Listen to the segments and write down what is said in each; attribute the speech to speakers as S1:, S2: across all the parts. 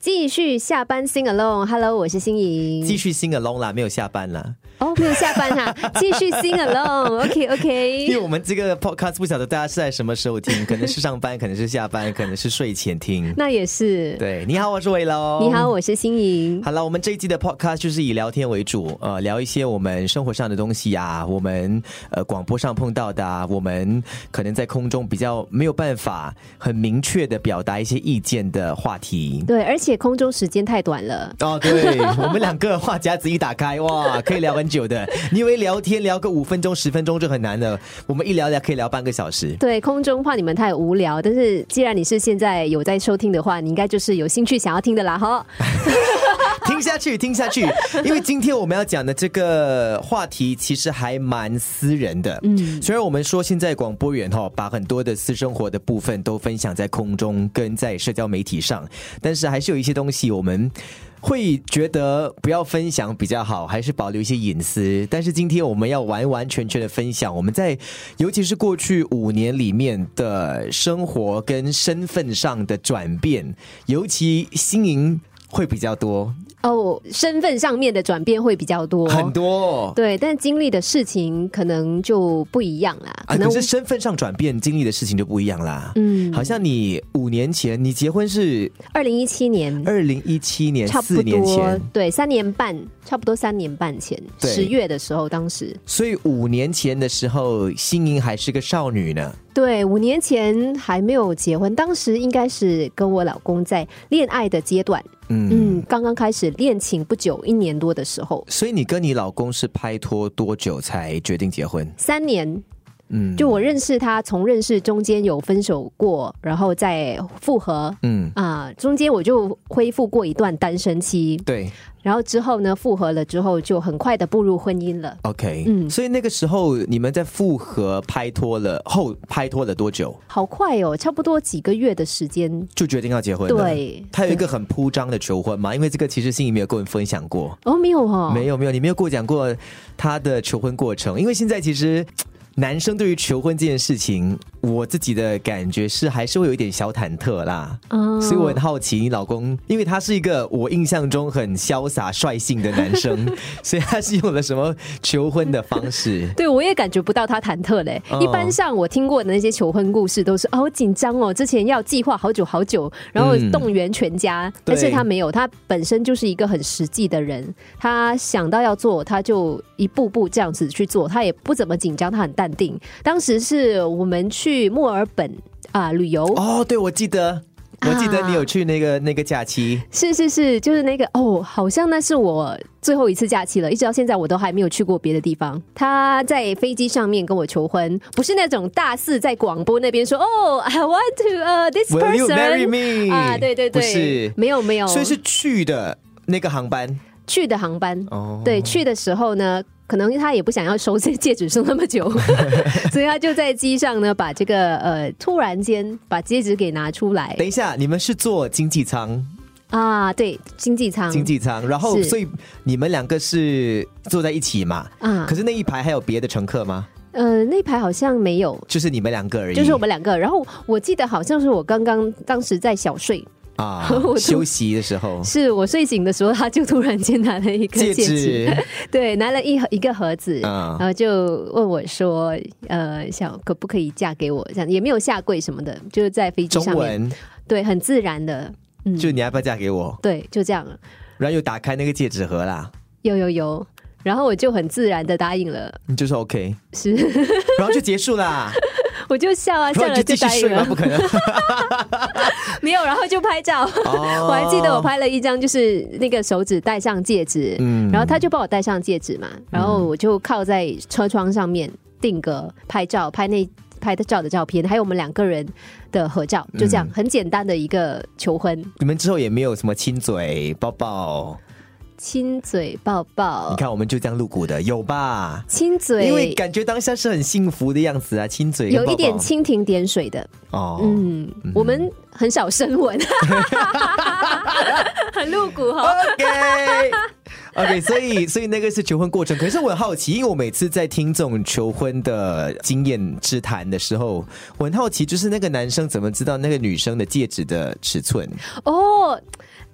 S1: 继续下班 sing along，Hello，我是心怡。
S2: 继续 sing along 啦，没有下班啦，
S1: 哦，没有下班哈、 继续 sing along，OK
S2: 因为
S1: OK。
S2: 我们这个 podcast 不晓得大家是在什么时候听，可能是上班，可能是下班，可能是睡前听。
S1: 那也是。
S2: 对，你好，我是魏喽。
S1: 嗯你好，。我是心怡。
S2: 好了，我们这一季的 podcast 就是以聊天为主，呃，聊一些我们生活上的东西呀、我们呃广播上碰到的、啊，我们可能在空中比较没有办法很明确的表达一些意见的话题。
S1: 对，而且空中时间太短了。
S2: 哦，对，我们两个话匣子一打开，哇，可以聊很久的。你以为聊天聊个五分钟、十分钟就很难了，我们一聊聊可以聊半个小时。
S1: 对，空中怕你们太无聊，但是既然你是现在有在收听的话，你应该就是有兴趣想要听的啦 哈。
S2: 听下去，听下去，因为今天我们要讲的这个话题其实还蛮私人的。嗯，虽然我们说现在广播员哈、把很多的私生活的部分都分享在空中跟在社交媒体上，但是还是有一些东西我们。会觉得不要分享比较好，还是保留一些隐私。但是今天我们要完完全全的分享我们在，尤其是过去五年里面的生活跟身份上的转变，尤其新营会比较多，
S1: 哦，身份上面的转变会比较多，
S2: 很多、哦。
S1: 对，但经历的事情可能就不一样啦。
S2: 啊，
S1: 能
S2: 可是身份上转变经历的事情就不一样啦。嗯，好像你五年前你结婚是
S1: 二零一七年
S2: 二零一七年，
S1: 差不
S2: 四年
S1: 多
S2: 前，
S1: 对，三年半，差不多三年半前，
S2: 对
S1: 十月的时候，当时
S2: 所以五年前的时候，新莹还是个少女呢。
S1: 对，五年前还没有结婚，当时应该是跟我老公在恋爱的阶段，
S2: 嗯，
S1: 嗯，刚刚开始恋情不久，一年多的时候，
S2: 所以你跟你老公是拍拖多久才决定结婚？
S1: 三年。
S2: 嗯
S1: 就我认识他，从认识中间有分手过，然后再复合
S2: 嗯，
S1: 啊、中间我就恢复过一段单身期，
S2: 对
S1: 然后之后呢，复合了之后就很快的步入婚姻了。
S2: ，OK。
S1: 嗯
S2: 所以那个时候你们在复合拍拖了后，拍拖了多久
S1: 好快哦，差不多几个月的时间。
S2: 就决定要结婚了？。
S1: 对，
S2: 他有一个很铺张的求婚嘛，因为这个其实心里没有跟我们分享过。
S1: 哦，没有哦，
S2: 没有没有，你没有跟我讲过他的求婚过程，因为现在其实男生对于求婚这件事情，我自己的感觉是还是会有一点小忐忑啦。
S1: 嗯
S2: 所以我很好奇，你老公，因为他是一个我印象中很潇洒率性的 男生，所以他是用了什么求婚的方式？
S1: 对，我也感觉不到他忐忑嘞。
S2: 哦
S1: 一般上我听过的那些求婚故事都是啊，好紧张哦，之前要计划好久好久，然后
S2: 嗯
S1: 动员全家。但是
S2: 对
S1: 他没有，他本身就是一个很实际的人，他想到要做，他就一步步这样子去做，他也不怎么紧张，他很淡定。当时是我们去墨尔本啊、旅游，
S2: 哦，对，我记得，我记得你有去那
S1: 啊
S2: 个那个假期，
S1: 是是是，就是那个哦，好像那是我最后一次假期了，一直到现在我都还没有去过别的地方。他在飞机上面跟我求婚，不是那种大肆在广播那边说哦，I want to uh this
S2: Will you marry
S1: person
S2: me？
S1: 啊，对对对，
S2: 不是，
S1: 没有没有，
S2: 所以是去的那个航班
S1: 去的航班。
S2: 哦。
S1: 对，去的时候呢，可能他也不想要收这戒指收那么 久，所以他就在机上呢，把这个呃，突然间把戒指给拿出来
S2: 等一下，你们是坐经济舱？
S1: 啊，对，经济舱，
S2: 经济舱，然后
S1: 是
S2: 所以你们两个是坐在一起嘛？
S1: 啊
S2: 可，是那一排还有别的乘客吗？
S1: 呃，那排好像没有。
S2: 就是你们两个而已，
S1: 就是我们两个。然后我记得好像是我刚刚当时在小睡，
S2: 啊
S1: 我就
S2: 休息的时 候
S1: 是我睡醒的时候，他就突然间拿了一个戒指，
S2: 哦 指，
S1: 对，拿了一盒一个盒子。
S2: 啊
S1: 然后就问我说：“呃，想可不可以嫁给我？”这样也没有下跪什么的，就是在飞机
S2: 中
S1: 上面，嗯
S2: 文
S1: 对，很自然的，嗯，
S2: 就你要不要嫁给我？
S1: 对，就这样，
S2: 然后又打开那个戒指盒啦，
S1: 有有有，然后我就很自然的答应了，
S2: 你就说 OK，
S1: 是，
S2: 然后就结 束啦，
S1: 我就笑啊笑
S2: 然后
S1: 了
S2: 你就继续
S1: 答应
S2: 睡吗？不
S1: 了，
S2: 可能，
S1: 没有，然后就拍照，
S2: 哦
S1: 我还记得我拍了一张，就是那个手指戴上戒指，
S2: 嗯
S1: 然后他就帮我戴上戒指嘛，然后我就靠在车窗上面定格拍照，拍那拍的照的照片，还有我们两个人的合照，就
S2: 嗯
S1: 这样、很简单的一个求婚，
S2: 你们之后也没有什么亲嘴抱抱，
S1: 亲嘴抱
S2: 你
S1: 抱，
S2: 看我们就这样露骨的有吧？
S1: 亲嘴，
S2: 嗯因为感觉当下是很幸福的样子啊，亲嘴跟
S1: 有一
S2: 抱
S1: 点
S2: 抱
S1: 蜻蜓点水的，
S2: 哦，
S1: 嗯，我们很少深吻， 很露骨哈、哦。
S2: OK OK，所以所以那个是求婚过程。可是我很好奇，因为我每次在听这种求婚的经验之谈的时候，我很好奇，就是那个男生怎么知道那个女生的戒指的尺寸？
S1: 哦，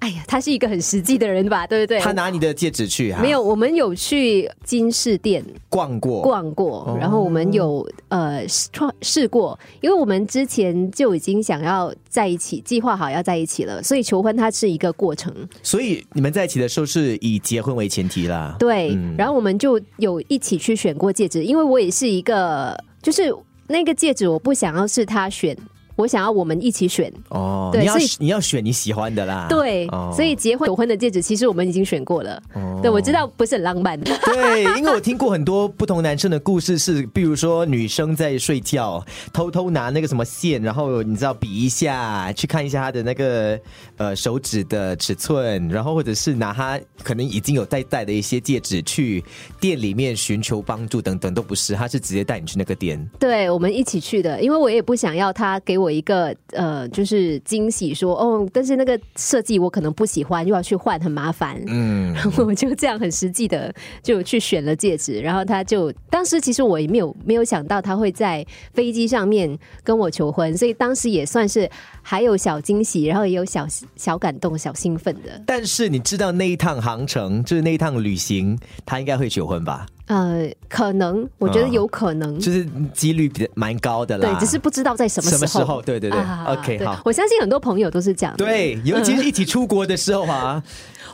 S1: 哎呀，他是一个很实际的人吧，对不对？
S2: 他拿你的戒指去，哈
S1: 没有，我们有去金饰店
S2: 逛过，
S1: 逛过，然后我们有呃试创试过，因为我们之前就已经想要在一起，计划好要在一起了，所以求婚它是一个过程，
S2: 所以你们在一起的时候是以结婚为前提啦。
S1: 对。然后我们就有一起去选过戒指，因为我也是一个，就是那个戒指我不想要是他选，我想要我们一起选，
S2: 哦，
S1: 对
S2: 你要
S1: 所以
S2: 你要选你喜欢的啦。
S1: 对，
S2: 哦
S1: 所以结婚求婚的戒指其实我们已经选过了，对我知道不是很浪漫。
S2: 对，因为我听过很多不同男生的故事是，比如说女生在睡觉，偷偷拿那个什么线，然后你知道比一下，去看一下她的那个呃手指的尺寸，然后或者是拿她可能已经有在戴的一些戒指去店里面寻求帮助等等，都不是，她是直接带你去那个店。
S1: 对，我们一起去的，因为我也不想要他给我一个呃，就是惊喜说哦，但是那个设计我可能不喜欢，又要去换，很麻烦。
S2: 嗯，
S1: 然 后我就这样很实际的就去选了戒指，然后他就当时其实我也没有没有想到他会在飞机上面跟我求婚，所以当时也算是还有小惊喜，然后也有小小感动、小兴奋的。
S2: 但是你知道那一趟航程，就是那一趟旅行，她应该会求婚吧？
S1: 呃，可能我觉得
S2: 啊
S1: 有可能，
S2: 就是几率比蛮高的啦。
S1: 对，只是不知道在什么时
S2: 什
S1: 候。啊
S2: 么时候？对对对、o k
S1: 对
S2: 好。
S1: 我相信很多朋友都是这样的，
S2: 对，尤其是一起出国的时候啊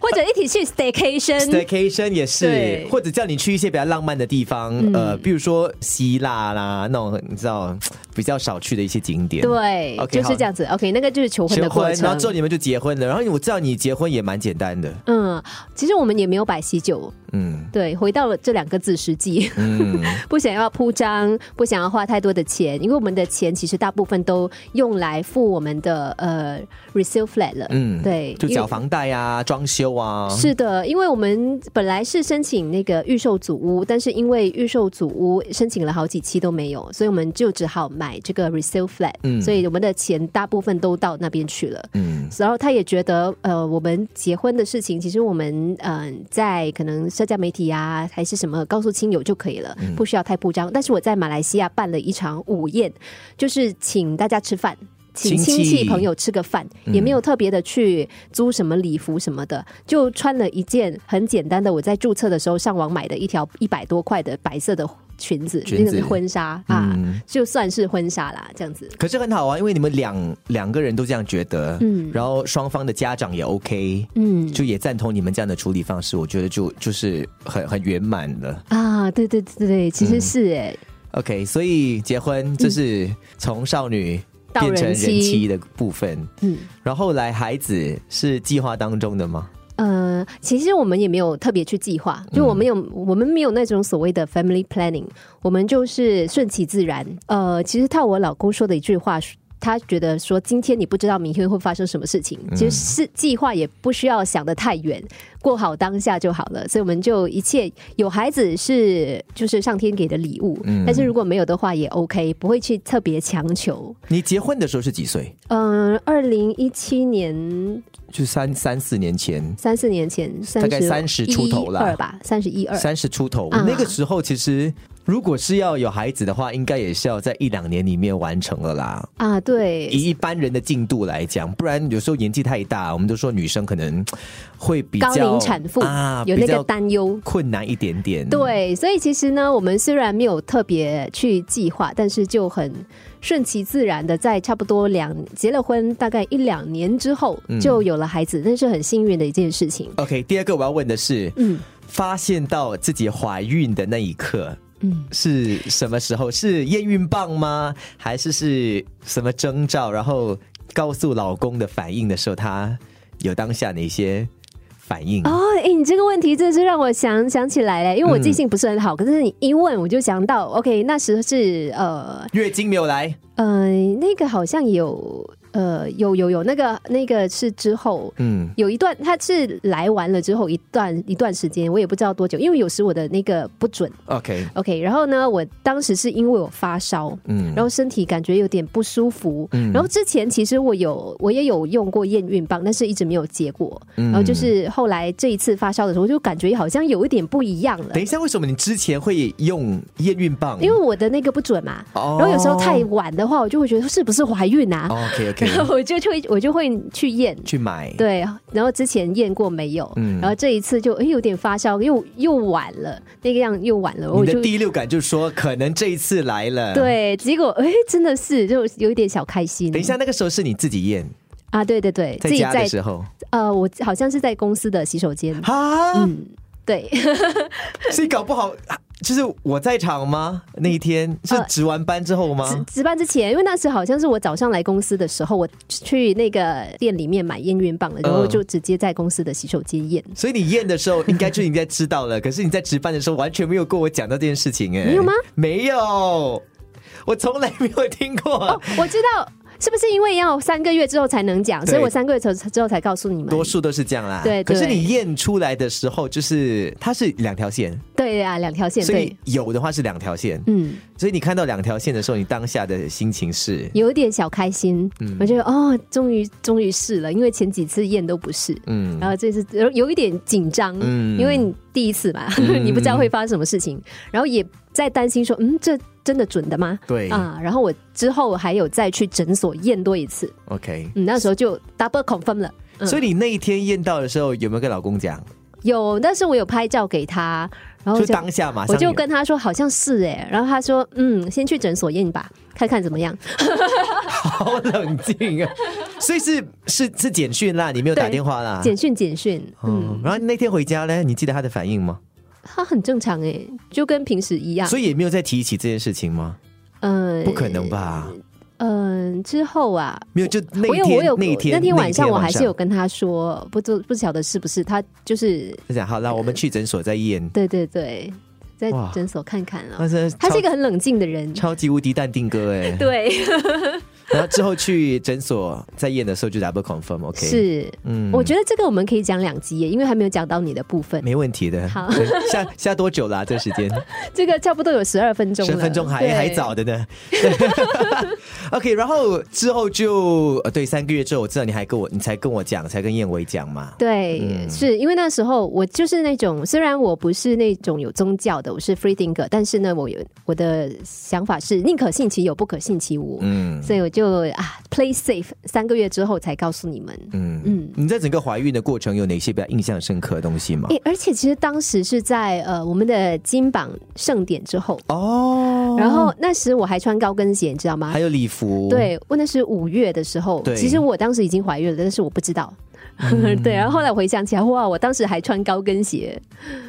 S1: 或者一起去 staycation，
S2: ，staycation 也是
S1: 嗯对，嗯
S2: 或者叫你去一些比较浪漫的地方，呃，比如说希腊啦，那种你知道比较少去的一些景点。。
S1: 对
S2: OK，
S1: 就是这样子。OK，那个就是求婚
S2: 结
S1: 的过
S2: 婚，然后之后
S1: 程。
S2: 你们就结婚了。然后我知道你结婚也蛮简单的，
S1: 嗯，其实我们也没有摆喜酒，
S2: 嗯
S1: 对，回到了这两个字实际，
S2: 嗯，
S1: 不想要铺张，不想要花太多的钱，因为我们的钱其实大部分都用来付我们的呃 resale flat 了，
S2: 嗯
S1: 对，
S2: 就
S1: 因
S2: 缴
S1: 为
S2: 房贷啊、装修啊，
S1: 是的，因为我们本来是申请那个预售组屋，但是因为预售组屋申请了好几期都没有，所以我们就只好买这个 resale flat，、
S2: 嗯
S1: 所以我们的钱大部分都到那边去了。
S2: 嗯
S1: 然后他也觉得，呃，我们结婚的事情，其实我们嗯、呃在可能社交媒体啊，还是什么告诉亲友就可以了，不需要太铺张。但是我在马来西亚办了一场午宴，就是请大家吃饭。请
S2: 亲
S1: 亲
S2: 戚
S1: 戚嗯朋友吃个饭，也没有特别的去租什么礼服什么的，就穿了一件很简单的，我在注册的时候上网买的一条一百多块的白色的裙子，
S2: 裙子
S1: 那个婚纱啊，就算是婚纱啦，这样子。
S2: 可是很好啊，因为你们两两个人都这样觉得，嗯，然后双方的家长也 OK，嗯，就也赞同你们这样的处理方式，我觉得就就是很很圆满了。
S1: 啊，对对对对，其实是哎、
S2: OK，所以结婚就是从少女
S1: 嗯到
S2: 变成
S1: 人
S2: 人
S1: 妻
S2: 妻的部分，
S1: 嗯，
S2: 然后来孩子是计划当中的吗？
S1: 呃，其实我们也没有特别去计划，就我们有、我们没有那种所谓的 family planning，我们就是顺其自然。呃，其实套我老公说的一句话。他觉得说，今天你不知道明天会发生什么事情，其实是计划也不需要想得太远，过好当下就好了。所以我们就一切有孩子是就是上天给的礼物，但是如果没有的话也 OK，不会去特别强求。
S2: 你结婚的时候是几岁？
S1: 嗯、二零一七年
S2: 就三三四年前，
S1: 三四年前，
S2: 大概
S1: 30
S2: 30出头啦
S1: 二吧，三十一二。
S2: 三十出头。
S1: 啊
S2: 那个时候其实如果是要有孩子的话，应该也是要在一两年里面完成了啦。
S1: 啊，对，
S2: 以一般人的进度来讲，不然有时候年纪太大，我们都说女生可能会比较
S1: 高龄产妇、
S2: 啊，
S1: 有那
S2: 比
S1: 个
S2: 较嗯
S1: 担忧。
S2: 困难一点点。，
S1: 对，所以其实呢，我们虽然没有特别去计划，但是就很顺其自然的，在差不多两结了婚大概一两年之后
S2: 嗯
S1: 就有了孩子，那是很幸运的一件事情。
S2: OK，第二个我要问的是，
S1: 嗯
S2: 发现到自己怀孕的那一刻。
S1: 嗯，
S2: 是什么时候？是验孕棒吗？还是是什么征兆？然后告诉老公的反应的时候，他有当下哪些反应？
S1: 哦，哎，你这个问题真是让我想想起来了，因为我记
S2: 嗯
S1: 性不是很好，可是你一问我就想到，OK，那时候是呃
S2: 月经没有来，
S1: 呃，那个好像有，呃，有有有，那个那个是之后。
S2: 嗯，
S1: 有一段，他是来完了之后一段一段时间，我也不知道多久，因为有时我的那个不准
S2: OK，
S1: ，OK。然后呢，我当时是因为我发烧，
S2: 嗯，
S1: 然后身体感觉有点不舒服，然后之前其实我有我也有用过验孕棒，但是一直没有结果。
S2: 嗯
S1: 然后就是后来这一次发烧的时候，我就感觉好像有一点不一样了
S2: 等，一下，为什么你之前会用验孕棒？
S1: 因为我的那个不准嘛。
S2: 哦
S1: 然后有时候太晚的话，我就会觉得是不是怀孕啊？
S2: OK OK，OK，
S1: 然后我就会我就会去验，
S2: 去买，
S1: 对，然后之前验过没有，
S2: 嗯
S1: 然后这一次就哎有点发烧，又又晚了，那个样又晚了，我
S2: 你
S1: 就
S2: 的第六感就说可能这一次来了。，
S1: 对，结果哎真的是就有一点小开心。
S2: 等一下那个时候是你自己验，
S1: 啊，对对对，
S2: 在
S1: 自己
S2: 家的
S1: 在
S2: 时候
S1: 呃，我好像是在公司的洗手间，
S2: 啊，
S1: 嗯，对，
S2: 所以搞不好就是我在场吗？那一天是
S1: 呃
S2: 值完班之后
S1: 值
S2: 吗？
S1: 值班之前，因为那时好像是我早上来公司的时候，我去那个店里面买验孕棒了，然后
S2: 嗯
S1: 就直接在公司的洗手间验。
S2: 所以你验的时候应该就应该知道了，可是你在值班的时候完全没有跟我讲到这件事情，哎，
S1: 你有吗？
S2: 没有，我从来没有听过。
S1: 哦，我知道，是不是因为要三个月之后才能讲，
S2: 对
S1: 所以我三个月之后之后才告诉你们。
S2: 多数都是这样啦，
S1: 对
S2: 可是
S1: 对
S2: 你验出来的时候，就是它是两条线，
S1: 对啊，两条线，
S2: 所
S1: 对
S2: 以，有的话是两条线，
S1: 嗯，
S2: 所以你看到两条线的时候，你当下的心情是，
S1: 有一点小开心，
S2: 嗯
S1: 我觉得哦，终于终于是了，因为前几次验都不是。
S2: 嗯
S1: 然后这次有有一点紧张，
S2: 嗯
S1: 因为你第一次嘛，
S2: 嗯
S1: 你不知道会发生什么事情，然后也在担心说，嗯，这真的准的吗？
S2: 对
S1: 啊，然后我之后还有再去诊所验多一次，
S2: ，OK。
S1: 嗯，那时候就 double confirm 了。嗯
S2: 所以你那一天验到的时候，有没有跟老公讲？
S1: 有，但是我有拍照给他，然后
S2: 就
S1: 就
S2: 当下马上有，
S1: 我就跟他说好像是哎、然后他说嗯，先去诊所验吧，看看怎么样。
S2: 好冷 静啊。所以是是是简讯啦，你没有
S1: 对
S2: 打电话啦。
S1: 简讯简讯，嗯，
S2: 嗯，然后那天回家呢，你记得他的反应吗？
S1: 他很正常哎、就跟平时一样。
S2: 所以也没有再提起这件事情吗？
S1: 嗯、
S2: 不可能吧？
S1: 嗯、之后啊，
S2: 没有，就那
S1: 我有
S2: 天
S1: 我有
S2: 那一天
S1: 那天晚上我还是有
S2: 晚
S1: 跟他说，不知不晓得是不是他就是
S2: 上就讲好啦，我们去诊所再验。
S1: 对对对，在
S2: 哇
S1: 诊所看看啊
S2: 那。是
S1: 他是一
S2: 个
S1: 个很冷静的人，
S2: 超级无敌淡定哥哎、
S1: 对，
S2: 然后之后去诊所再验的时候就 double confirm OK
S1: 是，
S2: 嗯
S1: 我觉得这个我们可以讲两集耶，因为还没有讲到你的部分，
S2: 没问题的。
S1: 好
S2: 对，下下多久啦、这个时间
S1: 这个差不多有十二分钟了，
S2: 十分钟还
S1: 对
S2: 还早。的呢。OK，然后之后就呃对三个月之后，我知道你还跟我你才跟我讲，才跟燕伟讲嘛。
S1: 对，
S2: 嗯
S1: 是因为那时候我就是那种，虽然我不是那种有宗教的，我是 free thinker，但是呢，我有我的想法是宁可信其有，不可信其无，
S2: 嗯
S1: 所以我就啊 play safe，三个月之后才告诉你们。
S2: 嗯嗯
S1: 嗯，
S2: 你在整个怀孕的过程有哪些比较印象深刻的东西吗？
S1: 诶，而且其实当时是在呃我们的金榜盛典之后，
S2: 哦，
S1: 然后那时我还穿高跟鞋，你知道吗
S2: 还？有礼服，，
S1: 对，我那是五月的时候
S2: 对，
S1: 其实我当时已经怀孕了，但是我不知道。 对，然后后来我回想起来，哇，我当时还穿高跟鞋。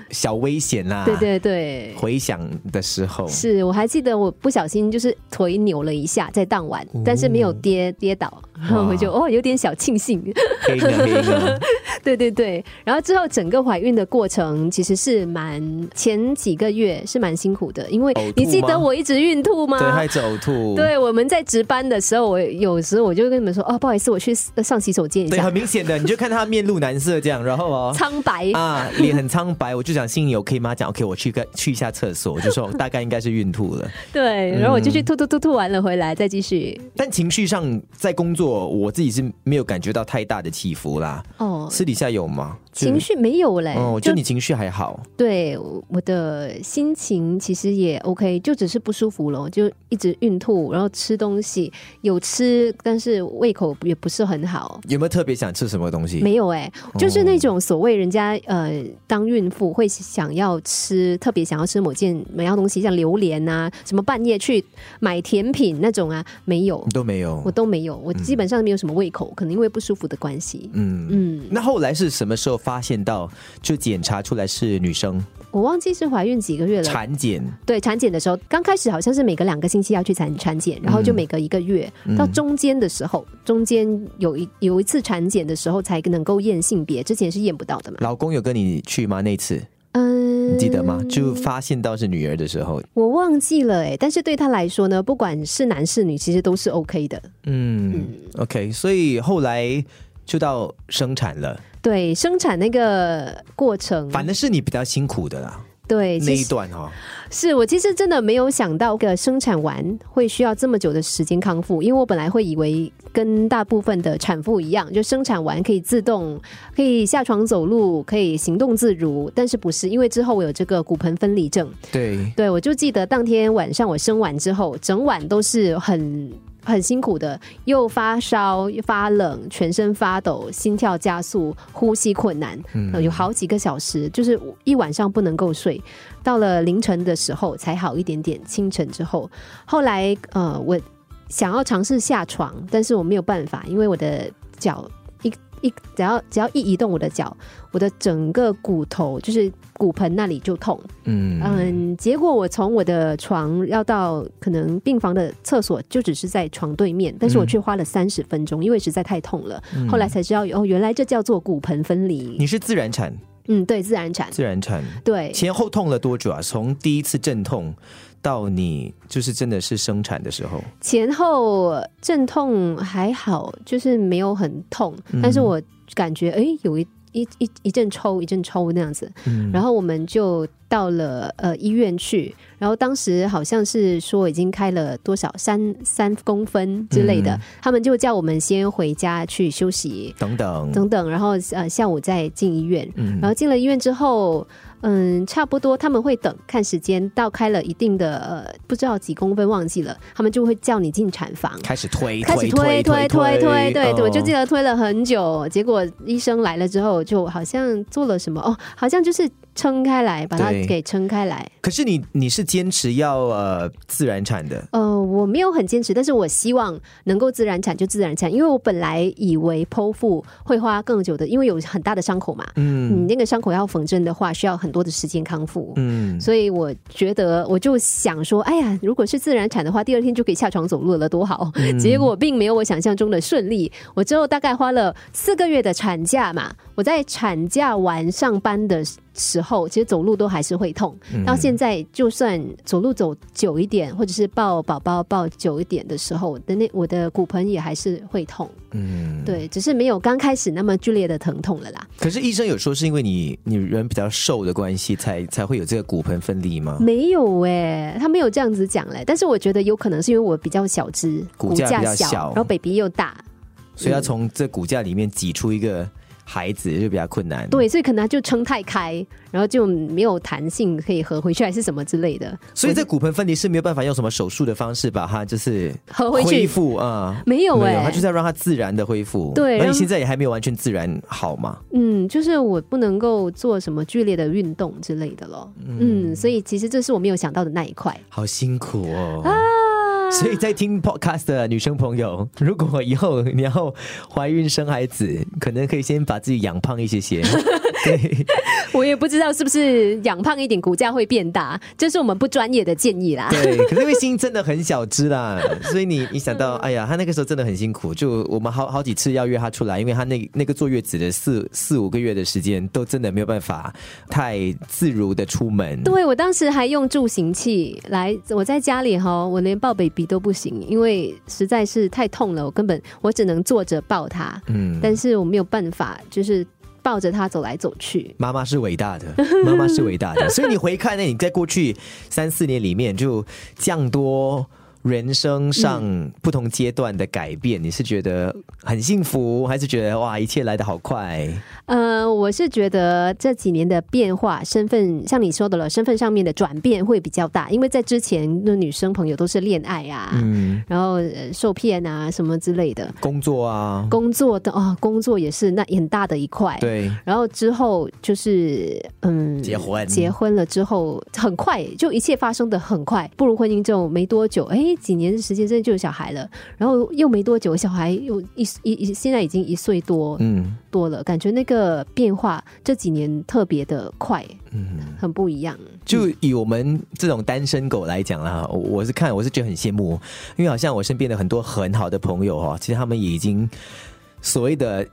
S2: 小危险啦、
S1: 对对对，
S2: 回想的时候，
S1: 是我还记得我不小心就是腿扭了一下，在当晚，
S2: 哦
S1: 但是没有跌跌倒， 然后我就哦有点小庆幸。
S2: 黑呢黑呢，
S1: 对对对，然后之后整个怀孕的过程其实是蛮前几个月是蛮辛苦的，因为
S2: 呕吐
S1: 你记得
S2: 吗
S1: 我一直孕吐吗？
S2: 对，还有呕吐，
S1: 对，我们在值班的时候，我有时候我就跟你们说，哦，不好意思，我去上洗手间一
S2: 对，
S1: 下
S2: 很，明显的，你就看他面露难色这样，然后哦。
S1: 苍白。
S2: 啊，脸很苍白，我就想心里有可以吗？讲 OK，我去个去一下厕所，我就说哦大概应该是孕吐了。
S1: 对，然后我就
S2: 嗯
S1: 去吐吐吐吐完了回来再继续。
S2: 但情绪上，在工作我自己是没有感觉到太大的起伏啦。
S1: 哦，
S2: 私底下有吗？就
S1: 情。绪哎没有嘞，
S2: 哦，我觉得你情绪还好，
S1: 对我我的心情其实也 OK，就只是不舒服咯，就一直孕吐，然后吃东西有吃，但是胃口也不是很好。
S2: 有没有特别想吃什么东西？
S1: 没有哎、就是那种所谓人家呃，当孕妇会想要吃，特别想要吃某件某样东西，像榴莲啊，什么半夜去买甜品那种啊，没有
S2: 你，都没有
S1: 我。都没有，我基本上没有什么胃口，可能因为不舒服的关系。
S2: 嗯，
S1: 嗯，
S2: 那后来是什么时候发现到就检查出来是女生
S1: 我忘记是怀孕几个月了。
S2: 产检？
S1: 对，产检的时候，刚开始好像是每隔两个星期要去产产检，然后就每隔一个月。到中间的时候，中间有一有一次产检的时候才能够验性别，之前是验不到的嘛。
S2: 老公有跟你去吗？那次
S1: 嗯，
S2: 你记得吗？就发现到是女儿的时候，
S1: 我忘记了哎、但是对他来说呢，不管是男是女，其实都是 OK 的。
S2: 嗯，OK，所以后来就到生产了，
S1: 对，生产那个过程，
S2: 反正是你比较辛苦的啦，
S1: 对，
S2: 那
S1: 其
S2: 一
S1: 实
S2: 段哦，
S1: 是我其实真的没有想到，个生产完会需要这么久的时间康复，因为我本来会以为跟大部分的产妇一样，就生产完可以自动可以下床走路，可以行动自如，但是不是？因为之后我有这个骨盆分离症，
S2: 对，
S1: 对我就记得当天晚上我生完之后，整晚都是很。很辛苦的，又发烧、发冷、全身发抖、心跳加速、呼吸困难，
S2: 嗯
S1: 呃有好几个小时，就是一晚上不能够睡。到了凌晨的时候才好一点点，清晨之后，后来呃，我想要尝试下床，但是我没有办法，因为我的脚一一只要只要一移动我的脚，我的整个骨头就是骨盆那里就痛。
S2: 嗯
S1: 嗯，结果我从我的床要到可能病房的厕所，就只是在床对面，但是我却花了三十分钟，因为实在太痛了。后来才知道，哦，原来这叫做骨盆分离。
S2: 嗯你是自然产，
S1: 嗯，对，自然产，
S2: 自然产
S1: 对，
S2: 前后痛了多久啊？从第一次阵痛到你就是真的是生产的时候，
S1: 前后阵痛还好，就是没有很痛，但
S2: 嗯
S1: 是我感觉哎，有一一一一阵抽，一阵抽那样子。
S2: 嗯
S1: 然后我们就到了呃医院去，然后当时好像是说已经开了多少三三公分之类的，
S2: 嗯
S1: 他们就叫我们先回家去休息
S2: 等等，
S1: 等等，然后呃下午再进医院。
S2: 嗯
S1: 然后进了医院之后，嗯，差不多他们会等看时间，到开了一定的呃不知道几公分忘记了，他们就会叫你进产房。
S2: 开始推，
S1: 开始推推
S2: 推
S1: 推推，对，
S2: 哦
S1: 我就记得推了很久。结果医生来了之后，就好像做了什么哦，好像就是撑开来，把它
S2: 对
S1: 给撑开来。
S2: 可是你你是坚持要呃自然产的，
S1: 呃，我没有很坚持，但是我希望能够自然产就自然产，因为我本来以为剖腹会花更久的，因为有很大的伤口嘛，
S2: 嗯
S1: 你那个伤口要缝针的话，需要很多的时间康复。
S2: 嗯，
S1: 所以我觉得，我就想说，哎呀，如果是自然产的话，第二天就可以下床走路了，多好！
S2: 嗯
S1: 结果并没有我想象中的顺利。我之后大概花了四个月的产假嘛，我在产假完上班的时候，其实走路都还是会痛。
S2: 嗯
S1: 到现在，就算走路走久一点，或者是抱宝宝抱久一点的时候，我的那我的骨盆也还是会痛。
S2: 嗯，
S1: 对，只是没有刚开始那么剧烈的疼痛了啦。
S2: 可是医生有说是因为你你人比较瘦的关系才才会有这个骨盆分离吗？
S1: 没有哎、他没有这样子讲嘞。但是我觉得有可能是因为我比较小只，
S2: 骨架比较小
S1: 然后 baby 又大，
S2: 所以要从这骨架里面挤出一个孩子就比较困难。，
S1: 对，所以可能他就撑太开，然后就没有弹性可以合回去，还是什么之类的，
S2: 所以这骨盆分离是没有办法用什么手术的方式把它就是
S1: 合回
S2: 恢
S1: 去
S2: 复啊。
S1: 没有哎、
S2: 它就是要让它自然的恢复。
S1: 对
S2: 那
S1: 让
S2: 你现在也还没有完全自然好嘛？
S1: 嗯，就是我不能够做什么剧烈的运动之类的咯。嗯，所以其实这是我没有想到的那一块。
S2: 好辛苦哦。
S1: 啊
S2: 所以在听 podcast 的女生朋友，如果以后你要怀孕生孩子，可能可以先把自己养胖一 些些。对，
S1: 我也不知道是不是养胖一点骨架会变大，这是我们不专业的建议啦。
S2: 对，可是因为心真的很小只啦，所以你你想到，哎呀，他那个时候真的很辛苦，就我们好好几次要约他出来，因为他那那个坐月子的四四五个月的时间，都真的没有办法太自如的出门。
S1: 对，我当时还用助行器来，我在家里哈，我连抱 baby 都不行，因为实在是太痛了，我根本我只能坐着抱他，
S2: 嗯，
S1: 但是我没有办法，就是抱着他走来走去。
S2: 妈妈是伟大的， 妈妈是伟大 的。所以你回看，那欸你在过去三四年里面，就这样多人生上不同阶段的改变，你是觉得很幸福，还是觉得哇，一切来得好快？
S1: 呃，我是觉得这几年的变化，身份像你说的了，身份上面的转变会比较大，因为在之前的女生朋友都是恋爱啊，
S2: 嗯，
S1: 然后、呃受骗啊什么之类的，
S2: 工作啊，
S1: 工作的啊、工作也是那很大的一块。
S2: 对。
S1: 然后之后就是嗯，
S2: 结婚
S1: 结婚了之后很快就一切发生的很快，步入婚姻之后没多久，哎，几年的时间真的就有小孩了，然后又没多久，小孩又一一一现在已经一岁多
S2: 嗯，
S1: 多了，感觉那个变化这几年特别的快，嗯，很不一样。
S2: 就以我们这种单身狗来讲啦，我我是看我是觉得很羡慕，因为好像我身边的很多很好的朋友哦，其实他们也已经所谓的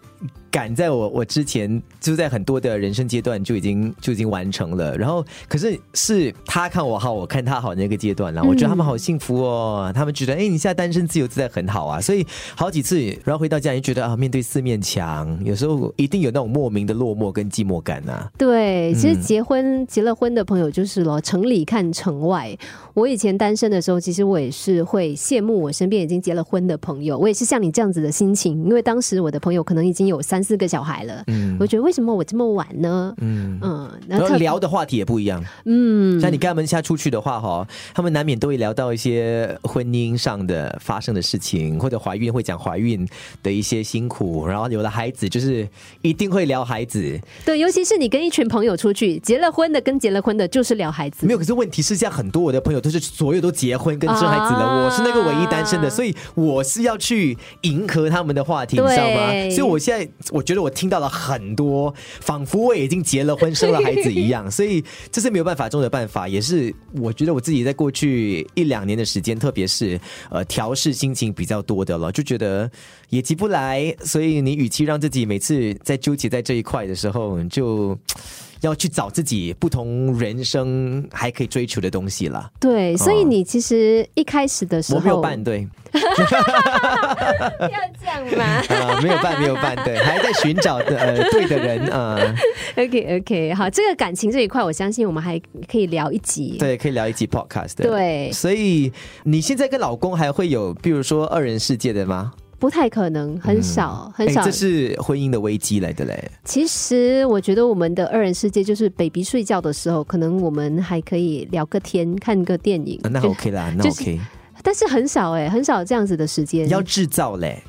S2: 赶在我我之前，就在很多的人生阶段就已经就已经完成了。然后可是是他看我好，我看他好那个阶段啦，我觉得他们好幸福哦，他们觉得哎、你现在单身自由自在很好啊，所以好几次，然后回到家你就觉得啊，面对四面墙，有时候一定有那种莫名的落寞跟寂寞感啊。
S1: 对，其实结婚、结了婚的朋友就是咯，城里看城外。我以前单身的时候，其实我也是会羡慕我身边已经结了婚的朋友，我也是像你这样子的心情，因为当时我的朋友可能已经有三四个小孩了，我觉得为什么我这么晚呢？嗯然
S2: 然
S1: 后
S2: 后
S1: 特
S2: 聊的话题也不一样。
S1: 嗯，
S2: 像你跟他们下出去的话，哈，他们难免都会聊到一些婚姻上的发生的事情，或者怀孕会讲怀孕的一些辛苦，然后有了孩子就是一定会聊孩子。
S1: 对，尤其是你跟一群朋友出去，结了婚的跟结了婚的，就是聊孩子
S2: 没。有，可是问题是，现在很多我的朋友都是所有都结婚跟生孩子了，
S1: 啊
S2: 我是那个唯一单身的，所以我是要去迎合他们的话题，你
S1: 对
S2: 知道吗？所以我现在我觉得我听到了很多，仿佛我已经结了婚、生了孩子一样，所以这是没有办法中的办法，也是我觉得我自己在过去一两年的时间，特别是呃调试心情比较多的了，就觉得也急不来，所以你与其让自己每次在纠结在这一块的时候，你就。要去找自己不同人生还可以追求的东西啦。
S1: 对，所以
S2: 哦
S1: 你其实一开始的时
S2: 我
S1: 候，
S2: 没有办对，
S1: 不要这样 嘛。
S2: 啊、没有办，没有办对，还在寻找的呃对的人啊、
S1: OK OK，好，这个感情这一块，我相信我们还可以聊一集。
S2: 对，可以聊一集 podcast 的。
S1: 对
S2: 所以你现在跟老公还会有，比如说二人世界的吗？
S1: 不太可能，很少，很
S2: 哎
S1: 少。
S2: 这是婚姻的危机来的嘞。
S1: 其实我觉得我们的二人世界就是 baby 睡觉的时候，可能我们还可以聊个天，看个电影。
S2: 啊那
S1: 就
S2: OK 啦，那
S1: 就是
S2: OK，、
S1: 但是很少哎、很少这样子的时间。
S2: 要制造嘞。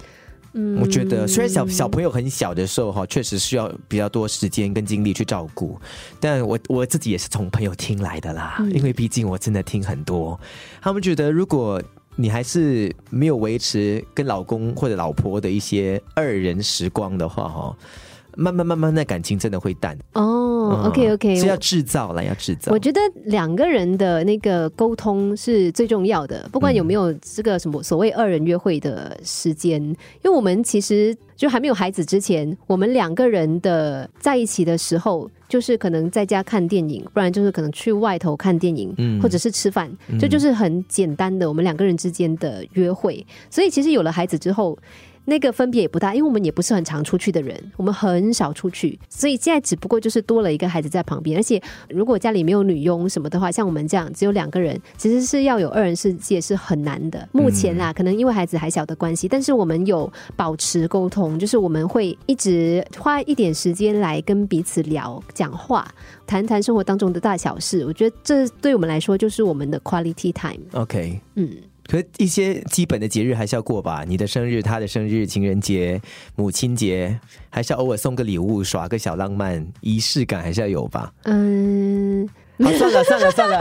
S2: 嗯，我觉得虽然小小朋友很小的时候哈，确实需要比较多时间跟精力去照顾，但我我自己也是从朋友听来的啦，因为毕竟我真的听很多，他们觉得如果你还是没有维持跟老公或者老婆的一些二人时光的话哈，慢慢慢慢那感情真的会淡。
S1: 哦、
S2: 嗯
S1: o k
S2: 是
S1: OK，
S2: 要制造了，要制造
S1: 我。觉得两个人的那个沟通是最重要的，不管有没有这个什么所谓二人约会的时间，因为我们其实就还没有孩子之前，我们两个人的在一起的时候，就是可能在家看电影，不然就是可能去外头看电影，
S2: 嗯
S1: 或者是吃饭，这就是很简单的我们两个人之间的约会。所以其实有了孩子之后。那个分别也不大，因为我们也不是很常出去的人，我们很少出去，所以现在只不过就是多了一个孩子在旁边，而且如果家里没有女佣什么的话，像我们这样只有两个人，其实是要有二人世界是很难的。目前啦，可能因为孩子还小的关系，但是我们有保持沟通，就是我们会一直花一点时间来跟彼此聊、讲话，谈谈生活当中的大小事。我觉得这对我们来说就是我们的 quality time。
S2: OK，
S1: 嗯，
S2: 可是一些基本的节日还是要过吧，你的生日、他的生日、情人节、母亲节，还是要偶尔送个礼物，耍个小浪漫，仪式感还是要有 吧。
S1: 嗯，
S2: 好，算了算了算了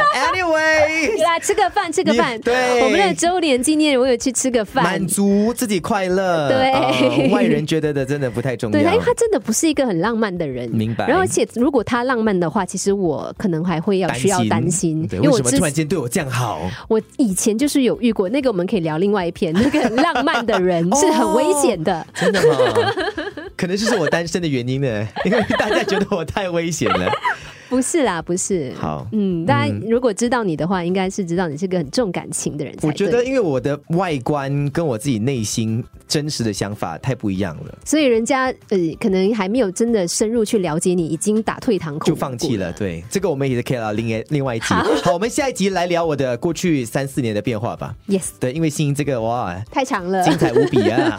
S2: ，anyway，
S1: 来吃个饭，吃个饭
S2: 你。对
S1: 我们的周年纪念，我有去吃个饭
S2: 满。足自己快乐，
S1: 对
S2: 啊外人觉得的真的不太重
S1: 对，
S2: 要
S1: 他因为。他真的不是一个很浪漫的人，
S2: 明白
S1: 然后，而且如果他浪漫的话，其实我可能还会要需要担心，
S2: 对
S1: 因为
S2: 为
S1: 我
S2: 什么
S1: 之
S2: 突然间对我这样好？
S1: 我以前就是有遇过那个，我们可以聊另外一篇。那个很浪漫的 人
S2: 哦
S1: 是很危险的，
S2: 真的 吗？可能就是我单身的原因呢，因为大家觉得我太危险了。
S1: 不是啦，不是。
S2: 好
S1: 嗯，大家如果知道你的话，应该是知道你是个很重感情的人才对。
S2: 我觉得，因为我的外观跟我自己内心真实的想法太不一样了，
S1: 所以人家呃，可能还没有真的深入去了解你，已经打退堂鼓，
S2: 就放弃了。。对，这个我们也是可以聊另外另外一集。好，我们下一集来聊我的过去三四年的变化吧。
S1: Yes，
S2: 对，因为新这个哇，
S1: 太长了。
S2: 精彩无比啊！